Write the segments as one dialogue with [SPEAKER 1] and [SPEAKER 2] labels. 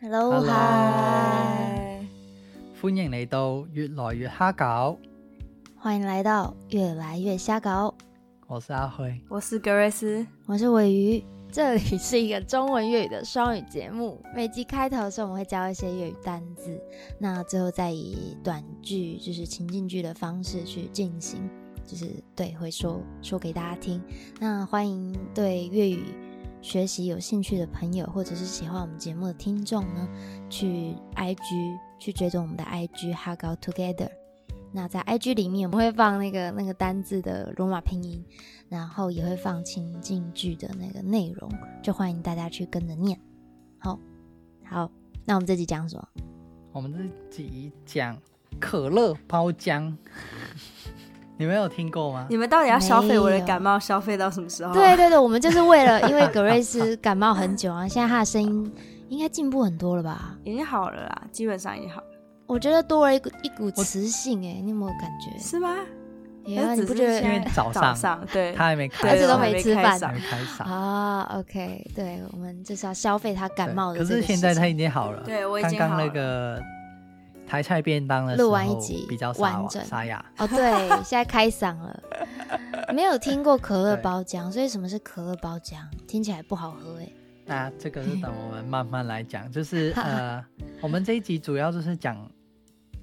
[SPEAKER 1] Hello，嗨，
[SPEAKER 2] 歡迎嚟到越來越蝦餃，
[SPEAKER 1] 歡迎來到越來越瞎搞。
[SPEAKER 2] 我是阿輝，
[SPEAKER 3] 我是格瑞斯，
[SPEAKER 1] 我是尾魚。這裡是一個中文粵語的雙語節目，每集開頭的時候我們會教一些粵語單字，那最後再以短句，就是情境劇的方式去進行，就是對會說說給大家聽。那歡迎對粵語學習有興趣的朋友，或者是喜歡我們節目的聽眾呢，去 IG 去追蹤我們的 IG 哈高 Together。那在 IG 裡面我們會放那個那個單字的羅馬拼音，然後也會放情境劇的那個內容，就歡迎大家去跟着念。好，好，那我們這集講什麼？
[SPEAKER 2] 我們這集講可樂包漿， 你們有聽過嗎？
[SPEAKER 3] 你們到底要消費我的感冒，消費到什麼時候？
[SPEAKER 1] 對對對，我們就是為了，因為葛瑞 斯感冒很久啊，現在他的聲音應該進步很多了吧？
[SPEAKER 3] 已經好了啦，基本上也好了。
[SPEAKER 1] 我覺得多了一股一股磁性哎、欸，你有沒有感覺？
[SPEAKER 3] 是嗎？
[SPEAKER 1] 哎呀，你不覺得？
[SPEAKER 2] 因為早上，
[SPEAKER 3] 早上對，
[SPEAKER 2] 他還沒開，
[SPEAKER 1] 而且都沒吃飯，
[SPEAKER 2] 還沒開嗓
[SPEAKER 1] 啊。OK，對，我們就是要消費他感冒的。
[SPEAKER 2] 可是現在他已經好了，
[SPEAKER 3] 對我已
[SPEAKER 2] 剛
[SPEAKER 3] 經好
[SPEAKER 2] 剛那
[SPEAKER 3] 了。
[SPEAKER 2] 個台菜便當的時
[SPEAKER 1] 錄
[SPEAKER 2] 候
[SPEAKER 1] 完一集
[SPEAKER 2] 比較沙
[SPEAKER 1] 完
[SPEAKER 2] 啞
[SPEAKER 1] 整
[SPEAKER 2] 沙啞。
[SPEAKER 1] 哦，對，現在開嗓了，沒有聽過可樂包漿，所以什麼是可樂包漿？聽起來不好喝哎、
[SPEAKER 2] 那這個是等我們慢慢來 講，就是呃，我們這一集主要就是講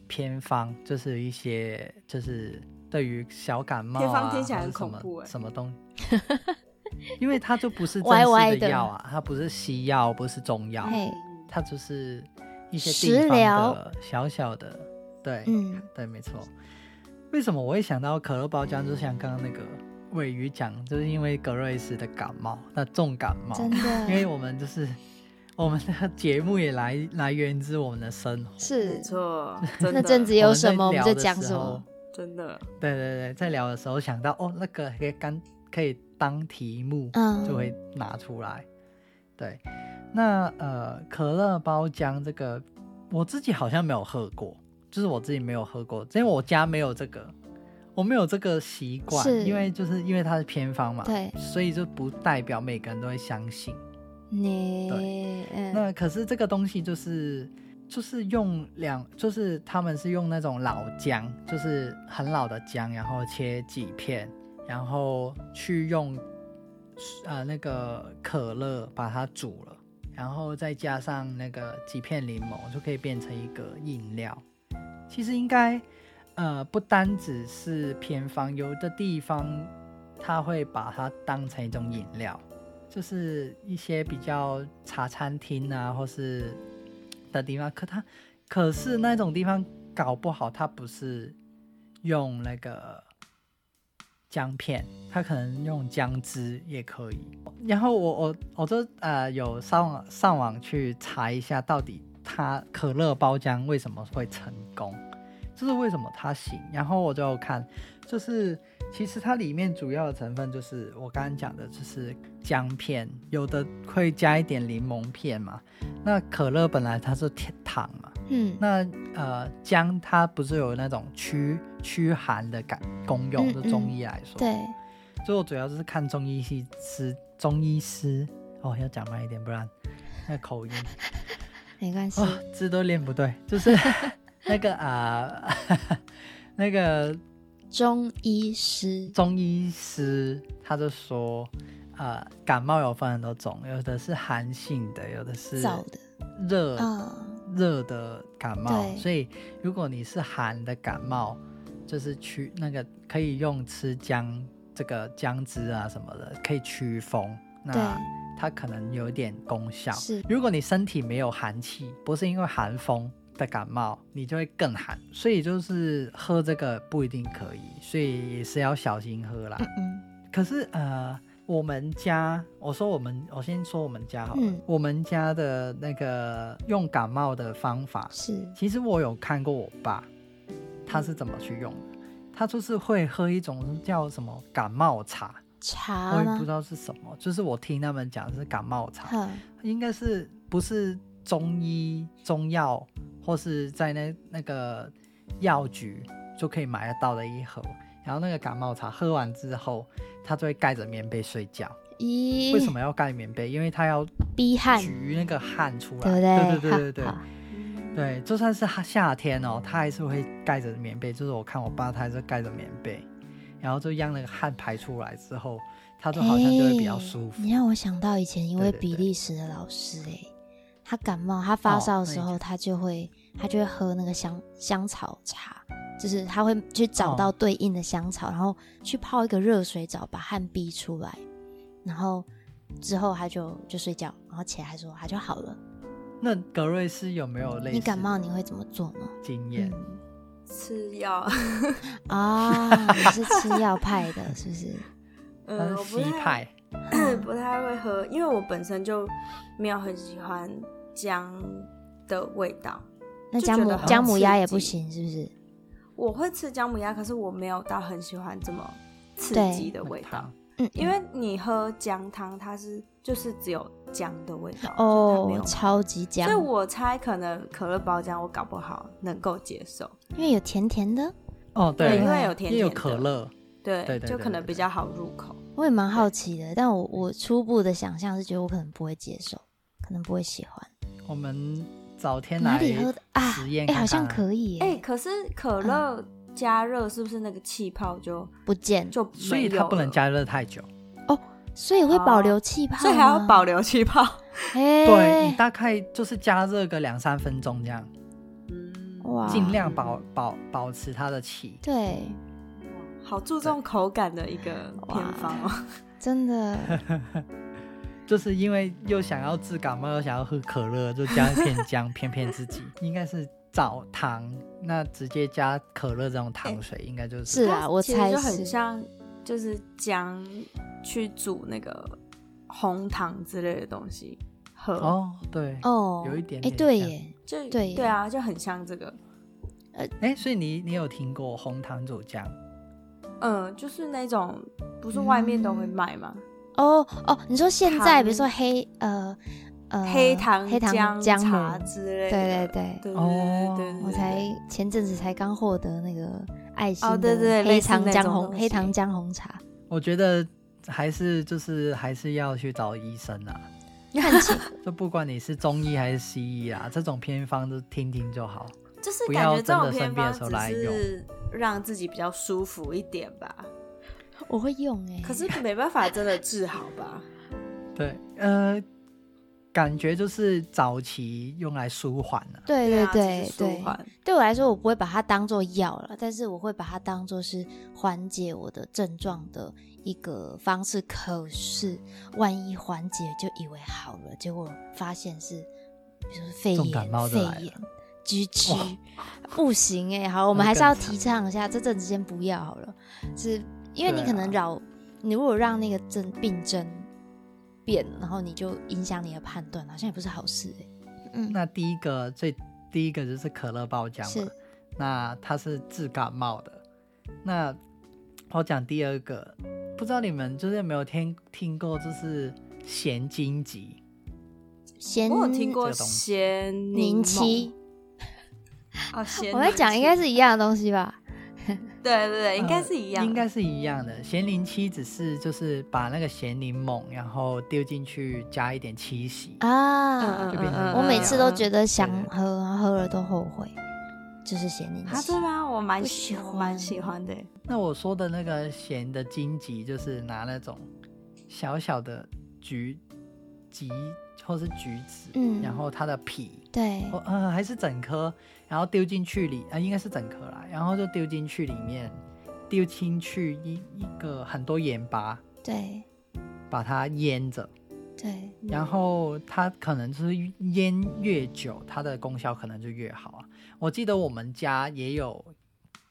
[SPEAKER 2] 偏方，就是一些就是對於小感冒、啊、
[SPEAKER 3] 偏方聽起來
[SPEAKER 2] 或
[SPEAKER 3] 很
[SPEAKER 2] 者什麼
[SPEAKER 3] 恐怖欸
[SPEAKER 2] 什麼東西， 因為它就不是
[SPEAKER 1] 歪
[SPEAKER 2] 正
[SPEAKER 1] 歪
[SPEAKER 2] 式
[SPEAKER 1] 的
[SPEAKER 2] 的藥啊，它不是西藥，不是中藥，
[SPEAKER 1] 嘿，
[SPEAKER 2] 它就是一些
[SPEAKER 1] 食
[SPEAKER 2] 地方
[SPEAKER 1] 疗
[SPEAKER 2] 的小小的，对，
[SPEAKER 1] 嗯，
[SPEAKER 2] 对，没錯。為什麼我會想到可樂包漿？就像刚刚那个尾魚講，就是因為格瑞斯的感冒，那重感冒，
[SPEAKER 1] 真的，
[SPEAKER 2] 因为我们就是我们的節目也來来源自我們的生活。
[SPEAKER 3] 没
[SPEAKER 1] 是
[SPEAKER 3] 錯，
[SPEAKER 1] 那
[SPEAKER 3] 真
[SPEAKER 1] 陣
[SPEAKER 3] 的
[SPEAKER 1] 子有什麼我
[SPEAKER 2] 我
[SPEAKER 1] 們
[SPEAKER 2] 們
[SPEAKER 1] 就
[SPEAKER 2] 在聊
[SPEAKER 1] 講
[SPEAKER 2] 的
[SPEAKER 1] 什
[SPEAKER 2] 時候
[SPEAKER 1] 麼。
[SPEAKER 3] 真的
[SPEAKER 2] 對對對，在聊的時候想到哦，那個可以干可以當題目，
[SPEAKER 1] 嗯
[SPEAKER 2] 就會拿出來。對，那呃，可樂包漿這個我自己好像沒有喝過，就是我自己沒有喝過，因為我家沒有這個，我没有这个
[SPEAKER 1] 是
[SPEAKER 2] 習慣，因為就是因為它是偏方嘛，
[SPEAKER 1] 对
[SPEAKER 2] 所以就不代表每個人都會相信。
[SPEAKER 1] 你，嗯，
[SPEAKER 2] 那可是这个东西就是就是用两，就是他们是用那种老姜，就是很老的姜，然后切几片，然后去用呃那个可樂把它煮了，然後再加上呃那个幾片檸檬，就可以變成一個飲料。其實應該呃不單只是偏方，有的地方它會把它當成一種飲料，就是一些比較茶餐廳啊或是的地方，可它可是那種地方搞不好它不是用那個。薑片，它可能用薑汁也可以。然後我我我就呃有上網上網去查一下，到底它可樂包漿為什麼會成功，就是為什麼它行。然後我就有看，就是其實它裡面主要的成分就是我剛剛講的，就是薑片，有的會加一點檸檬片嘛。那可樂本來它是甜糖嘛，
[SPEAKER 1] 嗯，
[SPEAKER 2] 那呃薑它不是有那種驅驅寒的感功
[SPEAKER 1] 嗯
[SPEAKER 2] 用？就中
[SPEAKER 1] 嗯
[SPEAKER 2] 醫來說，
[SPEAKER 1] 對，
[SPEAKER 2] 所以我主要就是看中醫系師，中醫師哦，要講慢一點，不然那口音
[SPEAKER 1] 沒關
[SPEAKER 2] 啊
[SPEAKER 1] 係，，
[SPEAKER 2] 字都念不對，就是 那個啊、 那個
[SPEAKER 1] 中醫師，
[SPEAKER 2] 中醫師他就說，呃，感冒有分很多種，有的是寒性的，有的是
[SPEAKER 1] 燥的，
[SPEAKER 2] 熱
[SPEAKER 1] 嗯，
[SPEAKER 2] 熱的感冒
[SPEAKER 1] 對，
[SPEAKER 2] 所以如果你是寒的感冒，就是驅那個可以用吃薑这個薑汁啊什麼的，可以驅風。
[SPEAKER 1] 對
[SPEAKER 2] 那它可能有點功效。
[SPEAKER 1] 是
[SPEAKER 2] 如果你身體沒有寒氣，不是因為寒風的感冒，你就會更寒。所以就是喝这个不一定可以，所以也是要小心喝啦。
[SPEAKER 1] 嗯嗯，
[SPEAKER 2] 可是呃，我們家，我說我們，我先说我們家好了。
[SPEAKER 1] 嗯
[SPEAKER 2] 我們家的那個用感冒的方法，
[SPEAKER 1] 是，
[SPEAKER 2] 其實我有看过我爸，他是怎么去用的。他就是會喝一種叫什么感冒茶，我
[SPEAKER 1] 茶
[SPEAKER 2] 也不知
[SPEAKER 1] 嗎？
[SPEAKER 2] 道是什麼，就是我聽他們講是感冒茶。
[SPEAKER 1] 哼，
[SPEAKER 2] 應該是不是中醫中藥，或是在那那個藥局就可以买得到的一盒。然後那個感冒茶喝完之後，它就會蓋着棉被睡覺，
[SPEAKER 1] 咦，
[SPEAKER 2] 为什么要盖棉被？因为它要
[SPEAKER 1] 逼汗？
[SPEAKER 2] 举那个汗出来，
[SPEAKER 1] 对不
[SPEAKER 2] 对
[SPEAKER 1] 对
[SPEAKER 2] 对对对
[SPEAKER 1] 好
[SPEAKER 2] 对
[SPEAKER 1] 好
[SPEAKER 2] 对，就算是哈夏天哦，他还是会盖着棉被。就是我看我爸，他还是盖着棉被，然后就让那个汗排出来之后，他就好像就会比较
[SPEAKER 1] 哎
[SPEAKER 2] 舒服。
[SPEAKER 1] 你让我想到以前一位
[SPEAKER 2] 对对对
[SPEAKER 1] 比利时的老师、欸，他感冒，他发
[SPEAKER 2] 哦
[SPEAKER 1] 烧的时
[SPEAKER 2] 那一
[SPEAKER 1] 候，他就会他就会喝那个香香草茶，就是他会去找
[SPEAKER 2] 哦
[SPEAKER 1] 到对应的香草，然后去泡一个热水澡，把汗逼出来，然后之后他就就睡觉，然后起来说他就好了。
[SPEAKER 2] 那格瑞斯有没有类似
[SPEAKER 1] 你感冒你会怎么做呢？
[SPEAKER 2] 经验？
[SPEAKER 1] 嗯
[SPEAKER 3] 吃药，
[SPEAKER 1] 啊，你是吃药派的，是不 是？
[SPEAKER 2] 他
[SPEAKER 3] 嗯，
[SPEAKER 2] 是
[SPEAKER 3] 我不
[SPEAKER 2] 西
[SPEAKER 3] 太
[SPEAKER 2] 派
[SPEAKER 3] 不太会喝，因为我本身就没有很喜欢姜的味道。
[SPEAKER 1] 那
[SPEAKER 3] 就
[SPEAKER 1] 姜
[SPEAKER 3] 觉
[SPEAKER 1] 母
[SPEAKER 3] 得很
[SPEAKER 1] 姜母鸭
[SPEAKER 3] 刺
[SPEAKER 1] 也不
[SPEAKER 3] 激
[SPEAKER 1] 行，是不是？
[SPEAKER 3] 我会吃姜母鸭，可是我没有到很喜欢这么刺
[SPEAKER 1] 对
[SPEAKER 3] 激的味道
[SPEAKER 2] 汤，，
[SPEAKER 1] 嗯，
[SPEAKER 3] 因为你喝姜汤，它是就是只有姜的味道就是它没
[SPEAKER 1] 哦
[SPEAKER 3] 有，
[SPEAKER 1] 超级姜，
[SPEAKER 3] 所以我猜可能可乐包浆我搞不好能够接受，
[SPEAKER 1] 因为有甜甜的，
[SPEAKER 2] 哦，对，
[SPEAKER 3] 因为有甜
[SPEAKER 2] 也
[SPEAKER 3] 甜
[SPEAKER 2] 有
[SPEAKER 3] 的
[SPEAKER 2] 可，乐，
[SPEAKER 3] 对，
[SPEAKER 2] 对对对
[SPEAKER 3] 就可能
[SPEAKER 2] 对
[SPEAKER 3] 比
[SPEAKER 2] 对
[SPEAKER 3] 较好入口。
[SPEAKER 1] 我也蛮好奇的。但我我初步的想象是觉得我可能不会接受，可能不会喜欢。
[SPEAKER 2] 我们早天
[SPEAKER 1] 哪
[SPEAKER 2] 来
[SPEAKER 1] 里喝的啊？
[SPEAKER 2] 实验
[SPEAKER 1] 哎，
[SPEAKER 2] 看看
[SPEAKER 1] 好像可以耶，
[SPEAKER 3] 哎、可是
[SPEAKER 1] 嗯
[SPEAKER 3] 可乐加热是不是那个气泡就
[SPEAKER 1] 不见，
[SPEAKER 3] 就
[SPEAKER 2] 所以
[SPEAKER 3] 没
[SPEAKER 2] 它
[SPEAKER 3] 有
[SPEAKER 2] 不能
[SPEAKER 3] 了，
[SPEAKER 2] 加热太久。
[SPEAKER 1] 所以会保留气泡吗，
[SPEAKER 3] 哦所以还要保留气泡。
[SPEAKER 1] 哎，
[SPEAKER 2] 对你大概就是加热个两三分钟这样，
[SPEAKER 3] 嗯，
[SPEAKER 1] 哇
[SPEAKER 2] 尽量保保保持它的气。
[SPEAKER 1] 对，
[SPEAKER 3] 好注重口感的一个偏方哦。
[SPEAKER 1] 真的
[SPEAKER 2] 就是因为又想要治感冒，又想要喝可乐，就加一片姜骗骗自己。应该是找糖，那直接加可乐这种糖水，应该就是
[SPEAKER 1] 啊，我
[SPEAKER 3] 其实
[SPEAKER 1] 猜
[SPEAKER 3] 就是很像就是姜去煮那个红糖之类的东西喝，
[SPEAKER 2] 哦，对，
[SPEAKER 1] 哦，
[SPEAKER 2] 有一点
[SPEAKER 1] 哎，
[SPEAKER 2] 点
[SPEAKER 1] 对
[SPEAKER 2] 像
[SPEAKER 1] 耶，
[SPEAKER 3] 就
[SPEAKER 1] 对
[SPEAKER 3] 对啊，就很像这个，
[SPEAKER 2] 哎、所以你你有听过红糖煮姜？
[SPEAKER 3] 嗯，就是那种不是外面都
[SPEAKER 1] 嗯
[SPEAKER 3] 会卖吗？
[SPEAKER 1] 哦哦，你说现在
[SPEAKER 3] 糖
[SPEAKER 1] 比如说黑呃呃
[SPEAKER 3] 黑糖
[SPEAKER 1] 黑糖
[SPEAKER 3] 姜
[SPEAKER 1] 母
[SPEAKER 3] 茶之类
[SPEAKER 1] 对对对
[SPEAKER 3] 的，对对
[SPEAKER 2] 哦
[SPEAKER 3] 对对对，
[SPEAKER 1] 我才前阵子才刚获得那个爱心
[SPEAKER 3] 哦对
[SPEAKER 1] 的
[SPEAKER 3] 对对
[SPEAKER 1] 黑
[SPEAKER 3] 类似
[SPEAKER 1] 糖
[SPEAKER 3] 那
[SPEAKER 1] 姜
[SPEAKER 3] 种
[SPEAKER 1] 红
[SPEAKER 3] 东
[SPEAKER 1] 黑糖
[SPEAKER 3] 西
[SPEAKER 1] 姜红茶，
[SPEAKER 2] 我觉得还是就是还是要去找医生啊。
[SPEAKER 1] 看起
[SPEAKER 2] 就不管你是中医还是西医啊，这种偏方就听听就好。
[SPEAKER 3] 就是
[SPEAKER 2] 不
[SPEAKER 3] 感
[SPEAKER 2] 要
[SPEAKER 3] 觉这
[SPEAKER 2] 真
[SPEAKER 3] 种
[SPEAKER 2] 的
[SPEAKER 3] 偏
[SPEAKER 2] 生病
[SPEAKER 3] 方
[SPEAKER 2] 的时候来
[SPEAKER 3] 只是让自己比较舒服一点吧，
[SPEAKER 1] 我会用哎、
[SPEAKER 3] 可是 没办法真的治好吧？
[SPEAKER 2] 对，呃，感觉就是早期用来舒缓啊。
[SPEAKER 1] 对对
[SPEAKER 3] 啊
[SPEAKER 1] 对
[SPEAKER 3] 只是舒
[SPEAKER 1] 对，
[SPEAKER 3] 缓
[SPEAKER 1] 对我来说，我不会把它当做药了，但是我会把它当做是缓解我的症状的一个方式。可是，万一缓解就以为好了，结果发现是，比如说肺
[SPEAKER 2] 重感
[SPEAKER 1] 炎、
[SPEAKER 2] 冒就来
[SPEAKER 1] 肺炎、居居
[SPEAKER 2] 哇，
[SPEAKER 1] 不行哎、好，我们
[SPEAKER 2] 那
[SPEAKER 1] 还是要
[SPEAKER 2] 更惨
[SPEAKER 1] 提倡一下，这阵子先不要好了，是因为你
[SPEAKER 2] 对
[SPEAKER 1] 可能
[SPEAKER 2] 啊
[SPEAKER 1] 扰，你如果让那个症病症变，然后你就影响你的判断，好像也不是好事哎、嗯，
[SPEAKER 2] 那第一个最第一个就是可乐爆浆嘛
[SPEAKER 1] 是，
[SPEAKER 2] 那它是治感冒的。那我讲第二个，不知道你们就是有没有听听过，就是咸荆棘。
[SPEAKER 1] 先
[SPEAKER 3] 我有听过
[SPEAKER 2] 这个东西
[SPEAKER 3] 咸
[SPEAKER 1] 零嗯
[SPEAKER 3] 柠檬
[SPEAKER 1] 七。
[SPEAKER 3] 哦，咸
[SPEAKER 1] 我在讲应该
[SPEAKER 3] 是
[SPEAKER 1] 是一样的东西吧？
[SPEAKER 3] 对对对，应该
[SPEAKER 2] 呃
[SPEAKER 3] 是一样的，
[SPEAKER 2] 应该是一样的。咸柠七只是就是把那个咸柠檬，然后丢进去加一点七喜。
[SPEAKER 1] 啊，
[SPEAKER 3] 嗯
[SPEAKER 2] 就变成
[SPEAKER 1] 我每次都
[SPEAKER 3] 得
[SPEAKER 1] 觉得想
[SPEAKER 2] 对对
[SPEAKER 1] 喝，然后喝了都后悔，就是咸柠
[SPEAKER 3] 啊，
[SPEAKER 1] 七
[SPEAKER 3] 对。吗？我蛮
[SPEAKER 1] 不
[SPEAKER 3] 喜
[SPEAKER 1] 喜
[SPEAKER 3] 我蛮
[SPEAKER 1] 欢
[SPEAKER 3] 喜欢的，
[SPEAKER 2] 那我说的那个咸的荆棘，就是拿那种小小的橘橘或是橘子，
[SPEAKER 1] 嗯
[SPEAKER 2] 然后它的皮，
[SPEAKER 1] 对，
[SPEAKER 2] 哦呃还是整颗，然后丢进去里啊、应该是整颗啦，然后就丢进去里面，丢进去一一个很多盐巴，
[SPEAKER 1] 对，
[SPEAKER 2] 把它腌着，
[SPEAKER 1] 对，
[SPEAKER 2] 然后它可能就是腌越久，它的功效可能就越好啊。我记得我们家也有，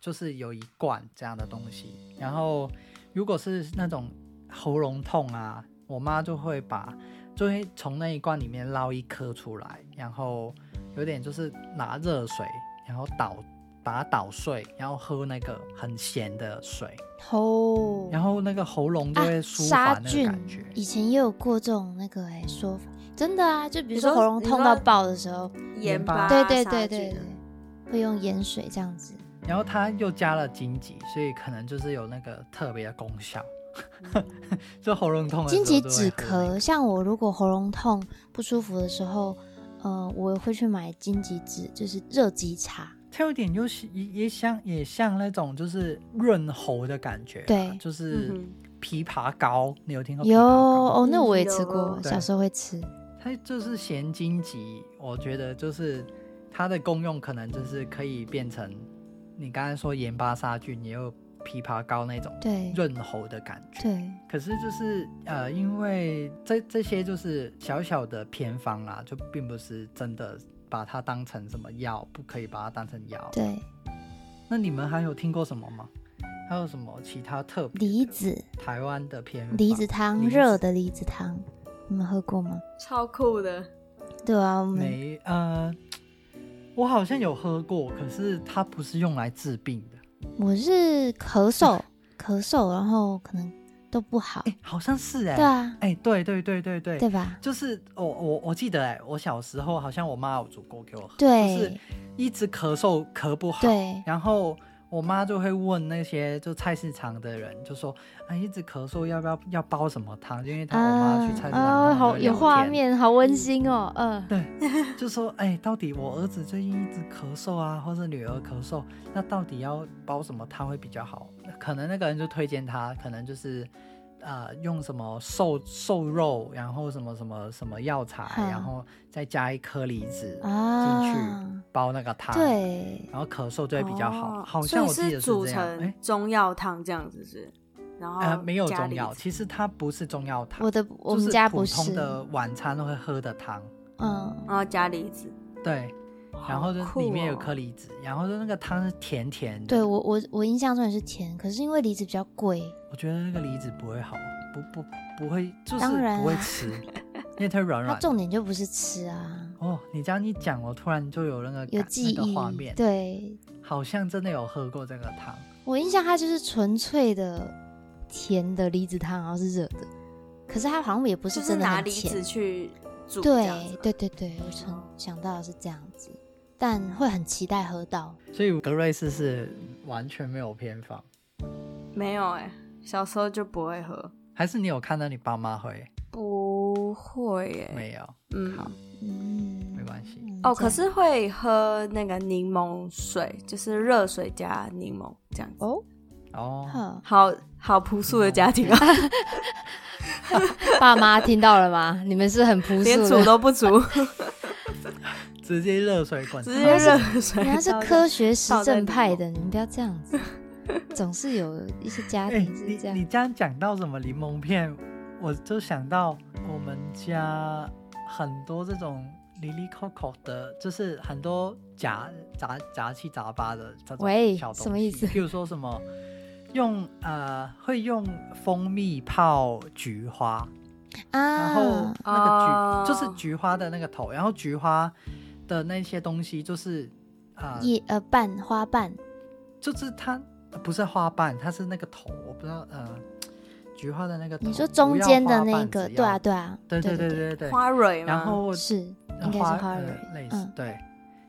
[SPEAKER 2] 就是有一罐这样的东西。然后如果是那种喉咙痛啊，我妈就会把就会从那一罐里面捞一颗出来，然后有点就是拿热水，然后捣把它捣碎，然后喝那个很咸的水，
[SPEAKER 1] 哦，
[SPEAKER 2] 然后那个喉咙就会舒
[SPEAKER 1] 啊杀
[SPEAKER 2] 缓那个
[SPEAKER 1] 菌
[SPEAKER 2] 感觉。
[SPEAKER 1] 以前也有过这种那个哎说法，真的啊，就比如
[SPEAKER 3] 你
[SPEAKER 1] 说
[SPEAKER 3] 说
[SPEAKER 1] 喉咙
[SPEAKER 3] 你
[SPEAKER 1] 痛
[SPEAKER 3] 说
[SPEAKER 1] 到爆的时候，
[SPEAKER 3] 盐巴
[SPEAKER 1] 对对
[SPEAKER 3] 杀
[SPEAKER 1] 对
[SPEAKER 3] 菌
[SPEAKER 1] 对
[SPEAKER 3] 的
[SPEAKER 1] 对，会用盐水这样子。
[SPEAKER 2] 然后它又加了荆棘，所以可能就是有那个特别的功效。 就喉咙痛的时候
[SPEAKER 1] 嗯荆棘
[SPEAKER 2] 就会
[SPEAKER 1] 止
[SPEAKER 2] 喝那个
[SPEAKER 1] 咳，像我如果喉咙痛不舒服的时候，呃，我会去买荆棘止，就是热极茶。
[SPEAKER 2] 它有点就是也也像也像那种就是润喉的感觉啊、
[SPEAKER 1] 对
[SPEAKER 2] 就是
[SPEAKER 3] 嗯
[SPEAKER 2] 枇杷膏，你有听过枇杷
[SPEAKER 1] 有
[SPEAKER 2] 膏？
[SPEAKER 1] 哦，那
[SPEAKER 3] 嗯
[SPEAKER 1] 我也
[SPEAKER 3] 有
[SPEAKER 1] 吃过，
[SPEAKER 2] 对
[SPEAKER 1] 小时候会吃。
[SPEAKER 2] 它就是咸荆棘，我觉得就是它的功用可能就是可以变成你刚才说盐巴杀菌，也有枇杷膏那种
[SPEAKER 1] 对
[SPEAKER 2] 润喉的感觉。
[SPEAKER 1] 对，
[SPEAKER 2] 可是就是呃，因为这这些就是小小的偏方啦，就并不是真的把它当成什么药，不可以把它当成药。
[SPEAKER 1] 对，
[SPEAKER 2] 那你们还有听过什么吗？还有什么其他特别的
[SPEAKER 1] 梨子
[SPEAKER 2] 台湾的偏方
[SPEAKER 1] 梨子汤，
[SPEAKER 2] 嗯梨子
[SPEAKER 1] 热的梨子汤，你们喝过吗？
[SPEAKER 3] 超酷的，
[SPEAKER 1] 对啊，我们
[SPEAKER 2] 没呃，我好像有喝过，可是它不是用来治病的，
[SPEAKER 1] 我是咳嗽，咳嗽，然后可能都不好。
[SPEAKER 2] 哎、好像是哎、
[SPEAKER 1] 对啊，
[SPEAKER 2] 哎、对对对对对，
[SPEAKER 1] 对吧？
[SPEAKER 2] 就是我我我记得哎、我小时候好像我妈有煮过给我喝，就是
[SPEAKER 1] 对
[SPEAKER 2] 一直咳嗽咳不好，
[SPEAKER 1] 对
[SPEAKER 2] 然后我妈就会问那些就菜市场的人，就说啊一直咳嗽要不要要煲什么汤？因为她我妈去菜市场，
[SPEAKER 1] 啊，
[SPEAKER 2] 然后
[SPEAKER 1] 好
[SPEAKER 2] 就聊
[SPEAKER 1] 有画
[SPEAKER 2] 天，
[SPEAKER 1] 面，好温馨哦。嗯，
[SPEAKER 2] 就说哎、到底我儿子最近一直咳嗽啊，或者女儿咳嗽，那到底要煲什么汤会比较好？可能那个人就推荐他，可能就是。呃，用什么瘦瘦肉，然后什么什么什么药材，
[SPEAKER 1] 嗯
[SPEAKER 2] 然后再加一颗梨子进去
[SPEAKER 1] 啊，
[SPEAKER 2] 煲那个汤，，
[SPEAKER 1] 对，
[SPEAKER 2] 然后咳嗽就会比较好。
[SPEAKER 3] 哦
[SPEAKER 2] 好
[SPEAKER 3] 所
[SPEAKER 2] 像
[SPEAKER 3] 以
[SPEAKER 2] 我记
[SPEAKER 3] 是
[SPEAKER 2] 得
[SPEAKER 3] 煮
[SPEAKER 2] 这样，哎
[SPEAKER 3] 成、中药汤这样子是，然后
[SPEAKER 2] 呃，
[SPEAKER 1] 哦
[SPEAKER 2] 没有
[SPEAKER 3] 加
[SPEAKER 2] 中
[SPEAKER 3] 梨
[SPEAKER 2] 药，
[SPEAKER 3] 子
[SPEAKER 2] 其实它不是中药汤，
[SPEAKER 1] 我的我
[SPEAKER 2] 就
[SPEAKER 1] 们
[SPEAKER 2] 是
[SPEAKER 1] 家
[SPEAKER 2] 普
[SPEAKER 1] 不
[SPEAKER 2] 通
[SPEAKER 1] 是，
[SPEAKER 2] 的晚餐都会喝的汤，
[SPEAKER 1] 嗯，
[SPEAKER 3] 然后哦加梨子，
[SPEAKER 2] 对，然后就
[SPEAKER 3] 好酷
[SPEAKER 2] 里面有
[SPEAKER 3] 哦
[SPEAKER 2] 颗梨子，然后就那个汤是甜甜的，
[SPEAKER 1] 对我我我印象中也是甜，可是因为梨子比较贵，
[SPEAKER 2] 我觉得那个梨子不会好，不不不会，就是
[SPEAKER 1] 当然啊
[SPEAKER 2] 不会 吃，因为它软
[SPEAKER 1] 它
[SPEAKER 2] 软。
[SPEAKER 1] 重点就不是吃啊，
[SPEAKER 2] 哦，你这样一讲，我突然就有那个
[SPEAKER 1] 有
[SPEAKER 2] 感
[SPEAKER 1] 记
[SPEAKER 2] 那个
[SPEAKER 1] 忆
[SPEAKER 2] 画，面，
[SPEAKER 1] 对，
[SPEAKER 2] 好像真的有喝过这个汤。
[SPEAKER 1] 我印象它就是纯粹的甜的梨子汤，然后是热的，可是它好像也不
[SPEAKER 3] 就是是
[SPEAKER 1] 真的
[SPEAKER 3] 拿
[SPEAKER 1] 很
[SPEAKER 3] 梨
[SPEAKER 1] 甜
[SPEAKER 3] 子。去煮这样子
[SPEAKER 1] 对
[SPEAKER 3] 吗，
[SPEAKER 1] 对对对，我想想到的是这样子，但会很期待喝到。
[SPEAKER 2] 所以格瑞斯是完全没有偏方，
[SPEAKER 3] 没有哎、小时候就不会喝，
[SPEAKER 2] 还是你有看到你爸妈会？
[SPEAKER 3] 不会耶、
[SPEAKER 2] 没有，
[SPEAKER 3] 嗯，
[SPEAKER 1] 嗯，
[SPEAKER 2] 没关系。
[SPEAKER 1] 嗯
[SPEAKER 3] 哦，可
[SPEAKER 1] 这样
[SPEAKER 3] 是会喝那个柠檬水，就是热水加柠檬这样子。
[SPEAKER 1] 哦，
[SPEAKER 2] 哦，
[SPEAKER 1] 呵
[SPEAKER 3] 好好朴素的家庭啊，
[SPEAKER 1] 爸妈听到了吗？你们是很朴
[SPEAKER 3] 连
[SPEAKER 1] 素
[SPEAKER 3] 煮
[SPEAKER 1] 的，
[SPEAKER 3] 都不 煮，
[SPEAKER 2] 直接热水滚
[SPEAKER 3] 直
[SPEAKER 2] 烫，
[SPEAKER 3] 接热 水。
[SPEAKER 1] 人家 是科学实
[SPEAKER 3] 倒在
[SPEAKER 1] 证
[SPEAKER 3] 里
[SPEAKER 1] 派
[SPEAKER 3] 头
[SPEAKER 1] 的，你们不要这样子。总是有一些家
[SPEAKER 2] 哎、
[SPEAKER 1] 庭
[SPEAKER 2] 你
[SPEAKER 1] 啊是这样，
[SPEAKER 2] 你这样讲到什么柠檬片，我就想到我们家很多这种里里扣扣的，就是很多杂杂杂七杂八的这
[SPEAKER 1] 喂
[SPEAKER 2] 种小东西，
[SPEAKER 1] 什么意思
[SPEAKER 2] 譬如说什么用呃会用蜂蜜泡菊花，然后
[SPEAKER 1] 啊，
[SPEAKER 2] 那个菊、
[SPEAKER 3] 哦
[SPEAKER 2] 就是菊花的那个头，然后菊花的那些东西就是呃
[SPEAKER 1] 叶呃瓣花瓣
[SPEAKER 2] 就是它呃不是花瓣，它是那个头，我不知道，呃，菊花的那个头。
[SPEAKER 1] 你说
[SPEAKER 2] 不
[SPEAKER 1] 中
[SPEAKER 2] 要
[SPEAKER 1] 间的
[SPEAKER 2] 花
[SPEAKER 1] 那
[SPEAKER 2] 瓣
[SPEAKER 1] 个，
[SPEAKER 2] 只
[SPEAKER 1] 对啊，
[SPEAKER 2] 要
[SPEAKER 1] 对啊，
[SPEAKER 2] 对
[SPEAKER 1] 对
[SPEAKER 2] 对
[SPEAKER 1] 对，
[SPEAKER 2] 对对。
[SPEAKER 3] 花蕊吗？
[SPEAKER 2] 然后
[SPEAKER 1] 是应该是
[SPEAKER 2] 花
[SPEAKER 1] 花
[SPEAKER 2] 呃
[SPEAKER 1] 蕊
[SPEAKER 2] 类似
[SPEAKER 1] 嗯，
[SPEAKER 2] 对，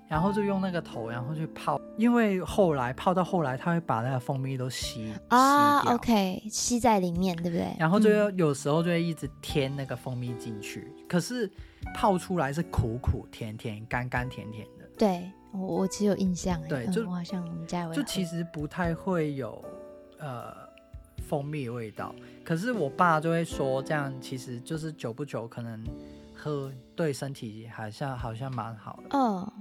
[SPEAKER 2] 然后就用那个头，然后去泡，因为后来泡到后来，它会把那个蜂蜜都吸
[SPEAKER 1] 啊
[SPEAKER 2] 吸掉
[SPEAKER 1] ，OK，吸在里面，对不对？
[SPEAKER 2] 然后就
[SPEAKER 1] 嗯
[SPEAKER 2] 要有时候就会一直添那个蜂蜜进去，可是泡出来是苦苦甜甜、甘甘甜甜的，
[SPEAKER 1] 对我我其实有印象欸，
[SPEAKER 2] 对
[SPEAKER 1] 嗯
[SPEAKER 2] 就
[SPEAKER 1] 我好像我们家有
[SPEAKER 2] 就其实不太会有呃蜂蜜味道，可是我爸就会说，这样其实就是久不久可能喝对身体好像好像蛮好的。
[SPEAKER 1] 哦，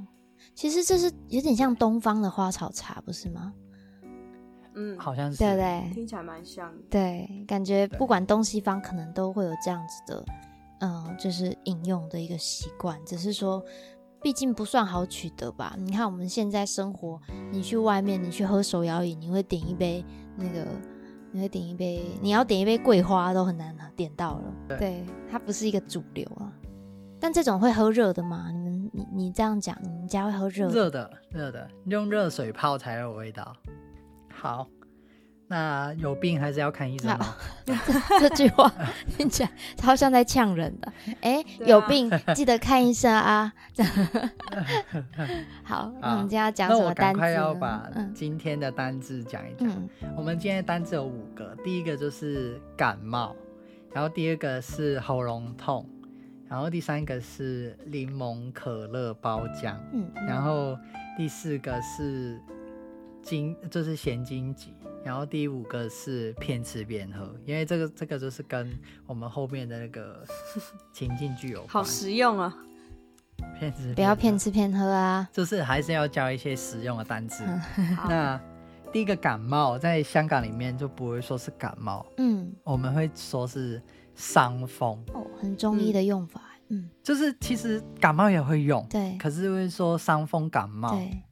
[SPEAKER 1] 其实这是有点像东方的花草茶，不是吗？
[SPEAKER 3] 嗯，
[SPEAKER 2] 好像是
[SPEAKER 1] 对不对？
[SPEAKER 3] 听起来蛮像的。
[SPEAKER 1] 对，感觉
[SPEAKER 2] 对
[SPEAKER 1] 不管东西方可能都会有这样子的，嗯，就是饮用的一个习惯，只是说。毕竟不算好取得吧？你看我们现在生活，你去外面，你去喝手摇饮，你会点一杯那个，你会点一杯，你要点一杯桂花都很难啊点到了。
[SPEAKER 2] 对
[SPEAKER 1] 对，它不是一个主流啊。但这种会喝热的吗？你们你你这样讲，你们家会喝热的吗
[SPEAKER 2] 热的热的，用热水泡才有味道。好，那有病还是要看医生哦。
[SPEAKER 1] 这句话 听起来超像在呛人的。哎、
[SPEAKER 3] 对啊
[SPEAKER 1] 有 病记得看医生啊。好，那我
[SPEAKER 2] 啊
[SPEAKER 1] 们今天要讲
[SPEAKER 2] 那
[SPEAKER 1] 什
[SPEAKER 2] 我
[SPEAKER 1] 么单
[SPEAKER 2] 赶
[SPEAKER 1] 字
[SPEAKER 2] 快要
[SPEAKER 1] 呢
[SPEAKER 2] 把？
[SPEAKER 1] 嗯
[SPEAKER 2] 今天的单字讲一讲。
[SPEAKER 1] 嗯，
[SPEAKER 2] 我们今天的单字有五个，第一个就是感冒，然后第二个是喉咙痛，然后第三个是柠檬可乐包浆，
[SPEAKER 1] 嗯，
[SPEAKER 2] 然后第四个是金，就是咸金棘，然后第五个是骗吃骗喝，因为这个这个就是跟我们后面的那个情境剧有
[SPEAKER 3] 好
[SPEAKER 2] 关，
[SPEAKER 3] 实用 啊！
[SPEAKER 2] 骗吃
[SPEAKER 1] 不要骗
[SPEAKER 2] 骗喝
[SPEAKER 1] 吃骗喝啊。
[SPEAKER 2] 就是还是要教一些实用的单词。
[SPEAKER 3] 好
[SPEAKER 2] 那第一个感冒，在香港里面就不会说是感冒，
[SPEAKER 1] 嗯，
[SPEAKER 2] 我们会说是伤风，
[SPEAKER 1] 哦，很中医的用法。嗯，
[SPEAKER 2] 就是其实感冒也会用，
[SPEAKER 1] 对
[SPEAKER 2] 可是会说伤风感冒，
[SPEAKER 1] 对。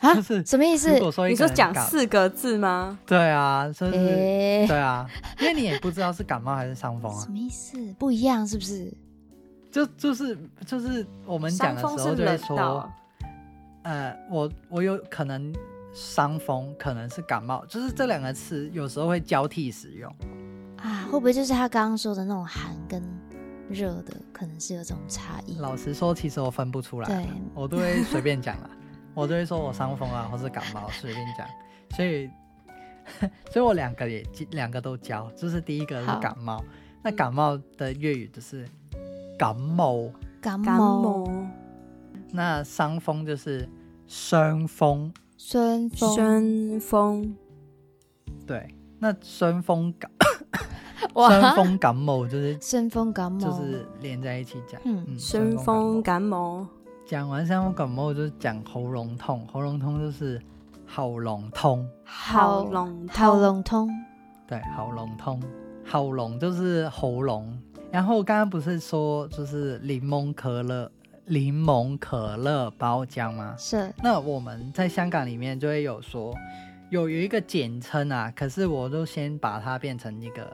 [SPEAKER 1] 啊
[SPEAKER 2] 就，是
[SPEAKER 1] 什么意思
[SPEAKER 2] 如？果说一
[SPEAKER 3] 你
[SPEAKER 2] 个
[SPEAKER 3] 说
[SPEAKER 2] 人
[SPEAKER 3] 讲
[SPEAKER 2] 感，
[SPEAKER 3] 四个字吗？
[SPEAKER 2] 对啊，就是、
[SPEAKER 1] 诶
[SPEAKER 2] 对啊，因为你也不知道是感冒还是伤风啊
[SPEAKER 1] 什，么意思？不一样是不是？
[SPEAKER 2] 就就是就是我们讲
[SPEAKER 3] 伤
[SPEAKER 2] 的
[SPEAKER 3] 风
[SPEAKER 2] 时
[SPEAKER 3] 是
[SPEAKER 2] 候就会
[SPEAKER 3] 冷
[SPEAKER 2] 说
[SPEAKER 3] 到，，啊
[SPEAKER 2] 呃，我我有可能伤风，可能是感冒，就是这两个词有时候会交替使用。
[SPEAKER 1] 啊，会不会就是他刚刚说的那种寒跟热的，可能是有这种差异？
[SPEAKER 2] 老实说，其实我分不出来
[SPEAKER 1] 对
[SPEAKER 2] 啊，我都会随 便讲啦，我都会说我伤风啊，或是感冒，随便讲。所以，所以我两个也两个都教，就是第一个是
[SPEAKER 1] 好
[SPEAKER 2] 感冒，那感冒的粤语就是感冒，
[SPEAKER 1] 感
[SPEAKER 3] 感
[SPEAKER 1] 冒、
[SPEAKER 3] 冒、
[SPEAKER 2] 那伤风就是伤风，
[SPEAKER 1] 酸风，
[SPEAKER 3] 生风、
[SPEAKER 2] 对，那伤风感伤
[SPEAKER 1] 哇，
[SPEAKER 2] 风感冒就是
[SPEAKER 1] 酸风感冒
[SPEAKER 2] 就是连在一起讲，
[SPEAKER 1] 嗯
[SPEAKER 2] 嗯，
[SPEAKER 3] 生风
[SPEAKER 2] 感冒
[SPEAKER 3] 感冒、
[SPEAKER 2] 讲完伤风感冒就是讲喉咙痛，喉咙痛就是喉咙痛。
[SPEAKER 3] 好咙
[SPEAKER 1] 喉
[SPEAKER 3] 痛、
[SPEAKER 1] 咙痛，
[SPEAKER 2] 对，喉咙痛，喉咙就是喉咙。然后刚刚不是说就是柠檬可乐，柠檬可乐包浆吗？
[SPEAKER 1] 是
[SPEAKER 2] 那我们在香港里面就会有说，有有一个简称啊，可是我就先把它变成一个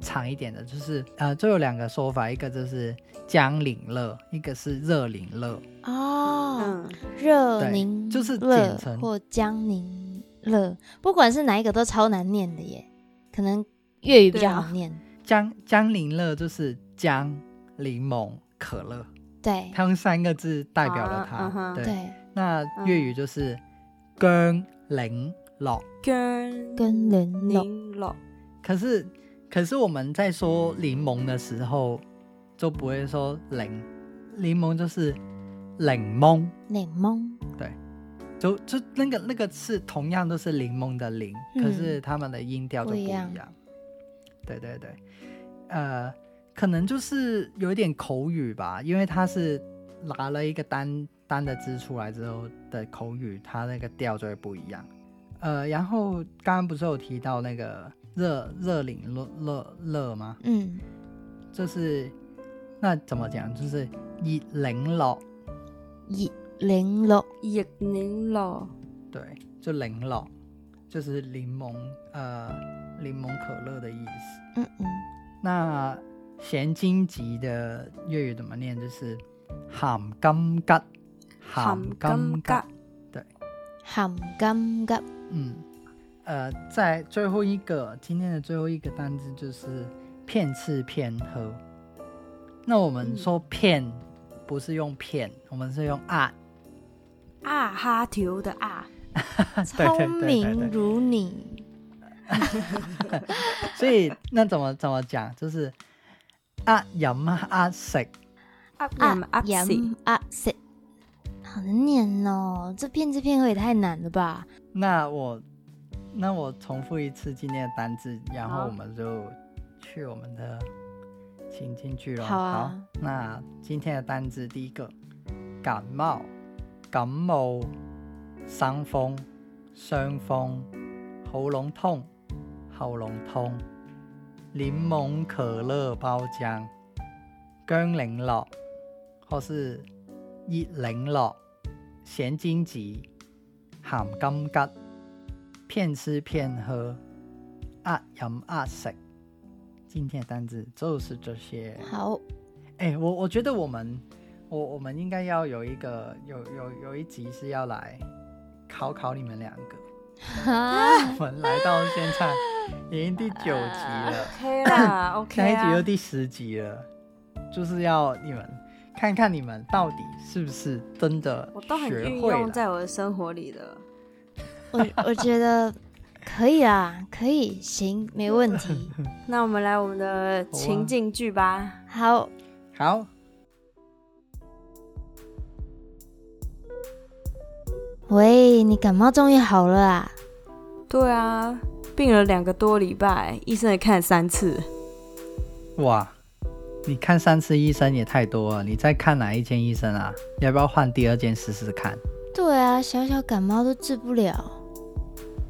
[SPEAKER 2] 长一点的，就是呃，就有两个说法，一个就是姜岭乐，一个是热岭乐，
[SPEAKER 1] 哦，
[SPEAKER 3] 嗯，
[SPEAKER 1] 热
[SPEAKER 2] 对
[SPEAKER 1] 宁
[SPEAKER 2] 就是
[SPEAKER 1] 乐
[SPEAKER 2] 简称
[SPEAKER 1] 或江宁乐，不管是哪一个都超难念的耶，可能粤语比
[SPEAKER 3] 对
[SPEAKER 1] 较
[SPEAKER 3] 啊
[SPEAKER 1] 好念。
[SPEAKER 2] 姜姜岭乐就是姜、柠檬、可乐，
[SPEAKER 1] 对
[SPEAKER 2] 它用三个字代表了它。
[SPEAKER 3] 啊嗯哼
[SPEAKER 2] 对。
[SPEAKER 1] 对，
[SPEAKER 2] 那
[SPEAKER 3] 嗯
[SPEAKER 2] 粤语就是姜零落，
[SPEAKER 3] 跟
[SPEAKER 1] 跟人龙
[SPEAKER 3] 柠檬
[SPEAKER 2] 可是可是我们在说柠檬的时候就不会说零，柠檬就是柠檬，
[SPEAKER 1] 柠檬
[SPEAKER 2] 就就那个那个是同样都是柠檬的柠，
[SPEAKER 1] 嗯
[SPEAKER 2] 可是他们的音调就不一样。
[SPEAKER 1] 不一
[SPEAKER 2] 对对对，呃，可能就是有一点口语吧，因为它是拿了一个单单的字出来之后的口语，它那个调就会不一样。呃，然后刚刚不是有提到那个热热领热热热吗？
[SPEAKER 1] 嗯，
[SPEAKER 2] 就是那怎么讲？就是以零落，
[SPEAKER 1] 一零六
[SPEAKER 3] 亦柠檬
[SPEAKER 2] 对，就零落，就是柠檬呃柠檬可乐的意思。
[SPEAKER 1] 嗯嗯，
[SPEAKER 2] 那咸金棘的粤语怎么念？就是咸金桔，
[SPEAKER 3] 含金桔
[SPEAKER 2] 桔。，
[SPEAKER 1] 含金桔
[SPEAKER 2] 嗯，呃，在最后一个今天的最后一个单字就是骗吃骗喝。那我们
[SPEAKER 3] 嗯
[SPEAKER 2] 说骗，不是用骗，我们是用啊，
[SPEAKER 3] 啊哈条的啊，
[SPEAKER 2] 对对对
[SPEAKER 1] 聪明如你，
[SPEAKER 2] 所以那怎么怎么讲？就是啊饮啊啊食，
[SPEAKER 3] 啊
[SPEAKER 1] 啊
[SPEAKER 3] 啊
[SPEAKER 1] 盐啊塞，好难念哦！这骗子骗喝也太难了吧？
[SPEAKER 2] 那我那我重复一次今天的单字，然后
[SPEAKER 3] 好
[SPEAKER 2] 我们就去我们的情境剧了。
[SPEAKER 1] 好啊
[SPEAKER 2] 那今天的单字第一个感冒、感冒、伤风、伤风、喉咙痛、喉咙痛、柠檬可乐包浆、姜檸樂，或是熱檸樂、咸煎子、鹹金桔、骗吃骗喝、呃飲呃食。今天的单字就是这些。
[SPEAKER 1] 好，
[SPEAKER 2] 哎、我我觉得我们，我我们应该要有一个有有有一集是要来考考你们两 个，
[SPEAKER 1] 啊，
[SPEAKER 2] 我们来到现在已经第九集了，
[SPEAKER 3] OK 啦，OK
[SPEAKER 2] 下一集
[SPEAKER 3] 啊
[SPEAKER 2] 又第十集了，就是要你们看看你们到底是不是真的
[SPEAKER 3] 我都很
[SPEAKER 2] 学
[SPEAKER 3] 运
[SPEAKER 2] 会
[SPEAKER 3] 用
[SPEAKER 2] 了。
[SPEAKER 3] 在我的生活里的。
[SPEAKER 1] 我我觉得可以啦，可以，行，没问题。
[SPEAKER 3] 那我们来我们的情境剧吧。
[SPEAKER 1] 好，
[SPEAKER 2] 好，
[SPEAKER 1] 喂，你感冒终于好了啊？
[SPEAKER 3] 对啊，病了两个多礼拜，医生也看了三次。
[SPEAKER 2] 哇，你看三次医生也太多了，你再看哪一间医生啊？要不要换第二间试试看？
[SPEAKER 1] 对啊，小小感冒都治不了。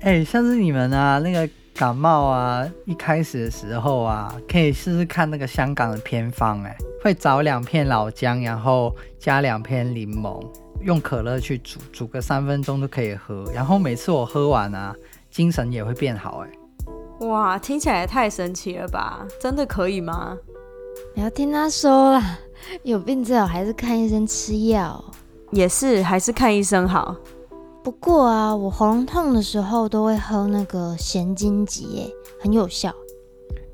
[SPEAKER 2] 哎，像是你们啊，那个感冒啊，一开始的时候啊，可以试试看那个香港的偏方、哎，会找两片老姜，然后加两片柠檬，用可乐去煮，煮个三分钟就可以喝。然后每次我喝完啊，精神也会变好、哎，
[SPEAKER 3] 哇，听起来也太神奇了吧？真的可以吗？
[SPEAKER 1] 不要听他说啦，有病最好还是看医生吃药。
[SPEAKER 3] 也是，还是看医生好。
[SPEAKER 1] 不过啊，我喉咙痛的时候都会喝那个咸荆棘，耶，很有效。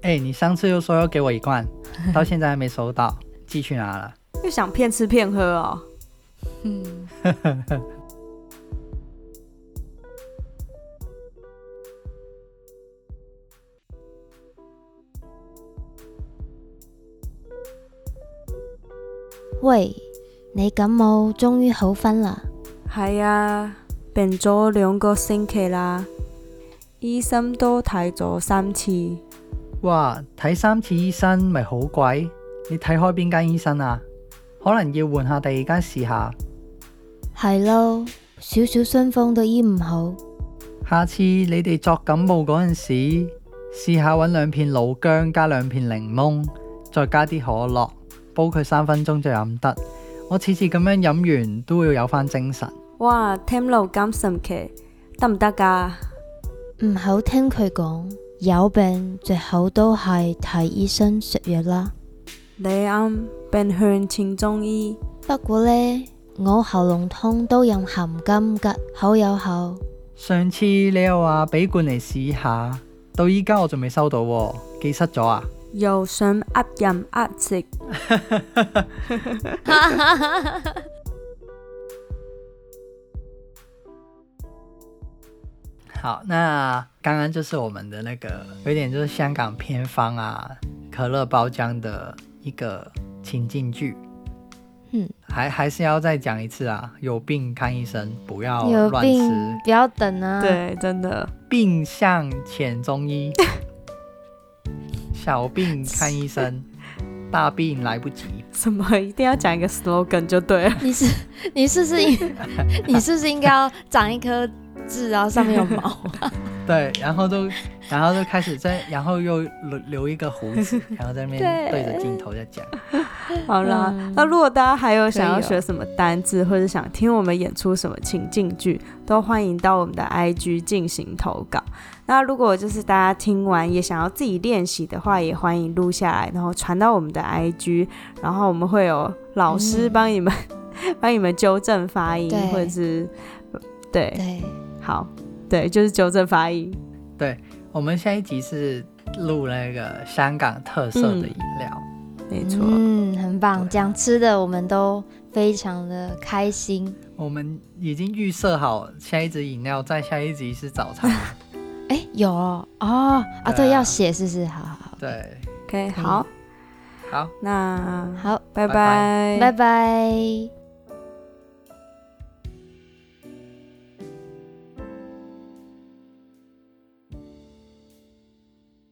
[SPEAKER 2] 哎、你上次又说要给我一罐，到现在还没收到，寄去哪了？
[SPEAKER 3] 又想骗吃骗喝哦。
[SPEAKER 1] 嗯，喂，你感冒終於好翻啦？
[SPEAKER 3] 係啊，病咗兩個星期啦，醫生都睇咗三次。
[SPEAKER 2] 哇，睇三次醫生咪好貴？你睇開邊間醫生啊？可能要換下第二間試下。
[SPEAKER 1] 係咯，少少傷風都醫唔好。
[SPEAKER 2] 下次你哋作感冒嗰陣時，試下揾兩片老姜加兩片檸檬，再加啲可樂，煲佢三分鐘就飲得。我次次咁樣飲完都會有翻精神。
[SPEAKER 3] 哇，聽落咁神奇，得唔得㗎？
[SPEAKER 1] 唔好聽佢講，有病最好都係睇醫生食藥啦。
[SPEAKER 3] 你啱，病向淺中醫。
[SPEAKER 1] 不過呢，我喉嚨痛都飲含金桔，好有效。
[SPEAKER 2] 上次你又話俾罐嚟試下，到依家我仲未收到喎，寄失咗啊？
[SPEAKER 3] 又想呃人呃食，
[SPEAKER 2] 好，那刚刚就是我们的那个有点就是香港偏方啊，可乐包浆的一个情境剧。
[SPEAKER 1] 嗯，
[SPEAKER 2] 还还是要再讲一次啊，有病看医生，不 要
[SPEAKER 1] 有
[SPEAKER 2] 乱
[SPEAKER 1] 病
[SPEAKER 2] 吃。
[SPEAKER 1] 不要等啊！，
[SPEAKER 3] 对，真的。
[SPEAKER 2] 病向浅中医， 小病看医生，大病来不及。
[SPEAKER 3] 什么一定要讲一个 slogan 就对了。
[SPEAKER 1] 你是你是不是 应你是不是应该要长一颗痣，然后上面有毛？
[SPEAKER 2] 对，然后都，然后就开始在，然后又留留一个胡子， 然后在那边对
[SPEAKER 1] 对
[SPEAKER 2] 着镜头在讲。
[SPEAKER 3] 好啦，
[SPEAKER 1] 嗯
[SPEAKER 3] 那如果大家还有想要
[SPEAKER 1] 可以哦
[SPEAKER 3] 学什么单字，或者想听我们演出什么情境剧，都欢迎到我们的 IG 进行投稿。那如果就是大家听完也想要自己练习的话，也欢迎录下来，然后传到我们的 IG，然后我们会有老师
[SPEAKER 1] 嗯
[SPEAKER 3] 帮你们、 帮你们纠正发音
[SPEAKER 1] 对，
[SPEAKER 3] 或者是对，
[SPEAKER 1] 对，
[SPEAKER 3] 好，对，就是纠正发音。
[SPEAKER 2] 我们下一集是录那个香港特色的饮料，
[SPEAKER 3] 没错，
[SPEAKER 1] 嗯，很棒。
[SPEAKER 2] 对
[SPEAKER 1] 讲吃的我们都非常的开心。
[SPEAKER 2] 我们已经预设好下一支饮料，在下一集是早餐。
[SPEAKER 1] 哎，有哦哦啊，
[SPEAKER 2] 对
[SPEAKER 1] 对，
[SPEAKER 2] 啊
[SPEAKER 1] 要写是不是？好好好
[SPEAKER 2] 对，
[SPEAKER 3] OK，好，
[SPEAKER 2] 好，
[SPEAKER 3] 那
[SPEAKER 1] 嗯好，
[SPEAKER 3] 拜
[SPEAKER 2] 拜
[SPEAKER 3] 拜，
[SPEAKER 1] 拜拜。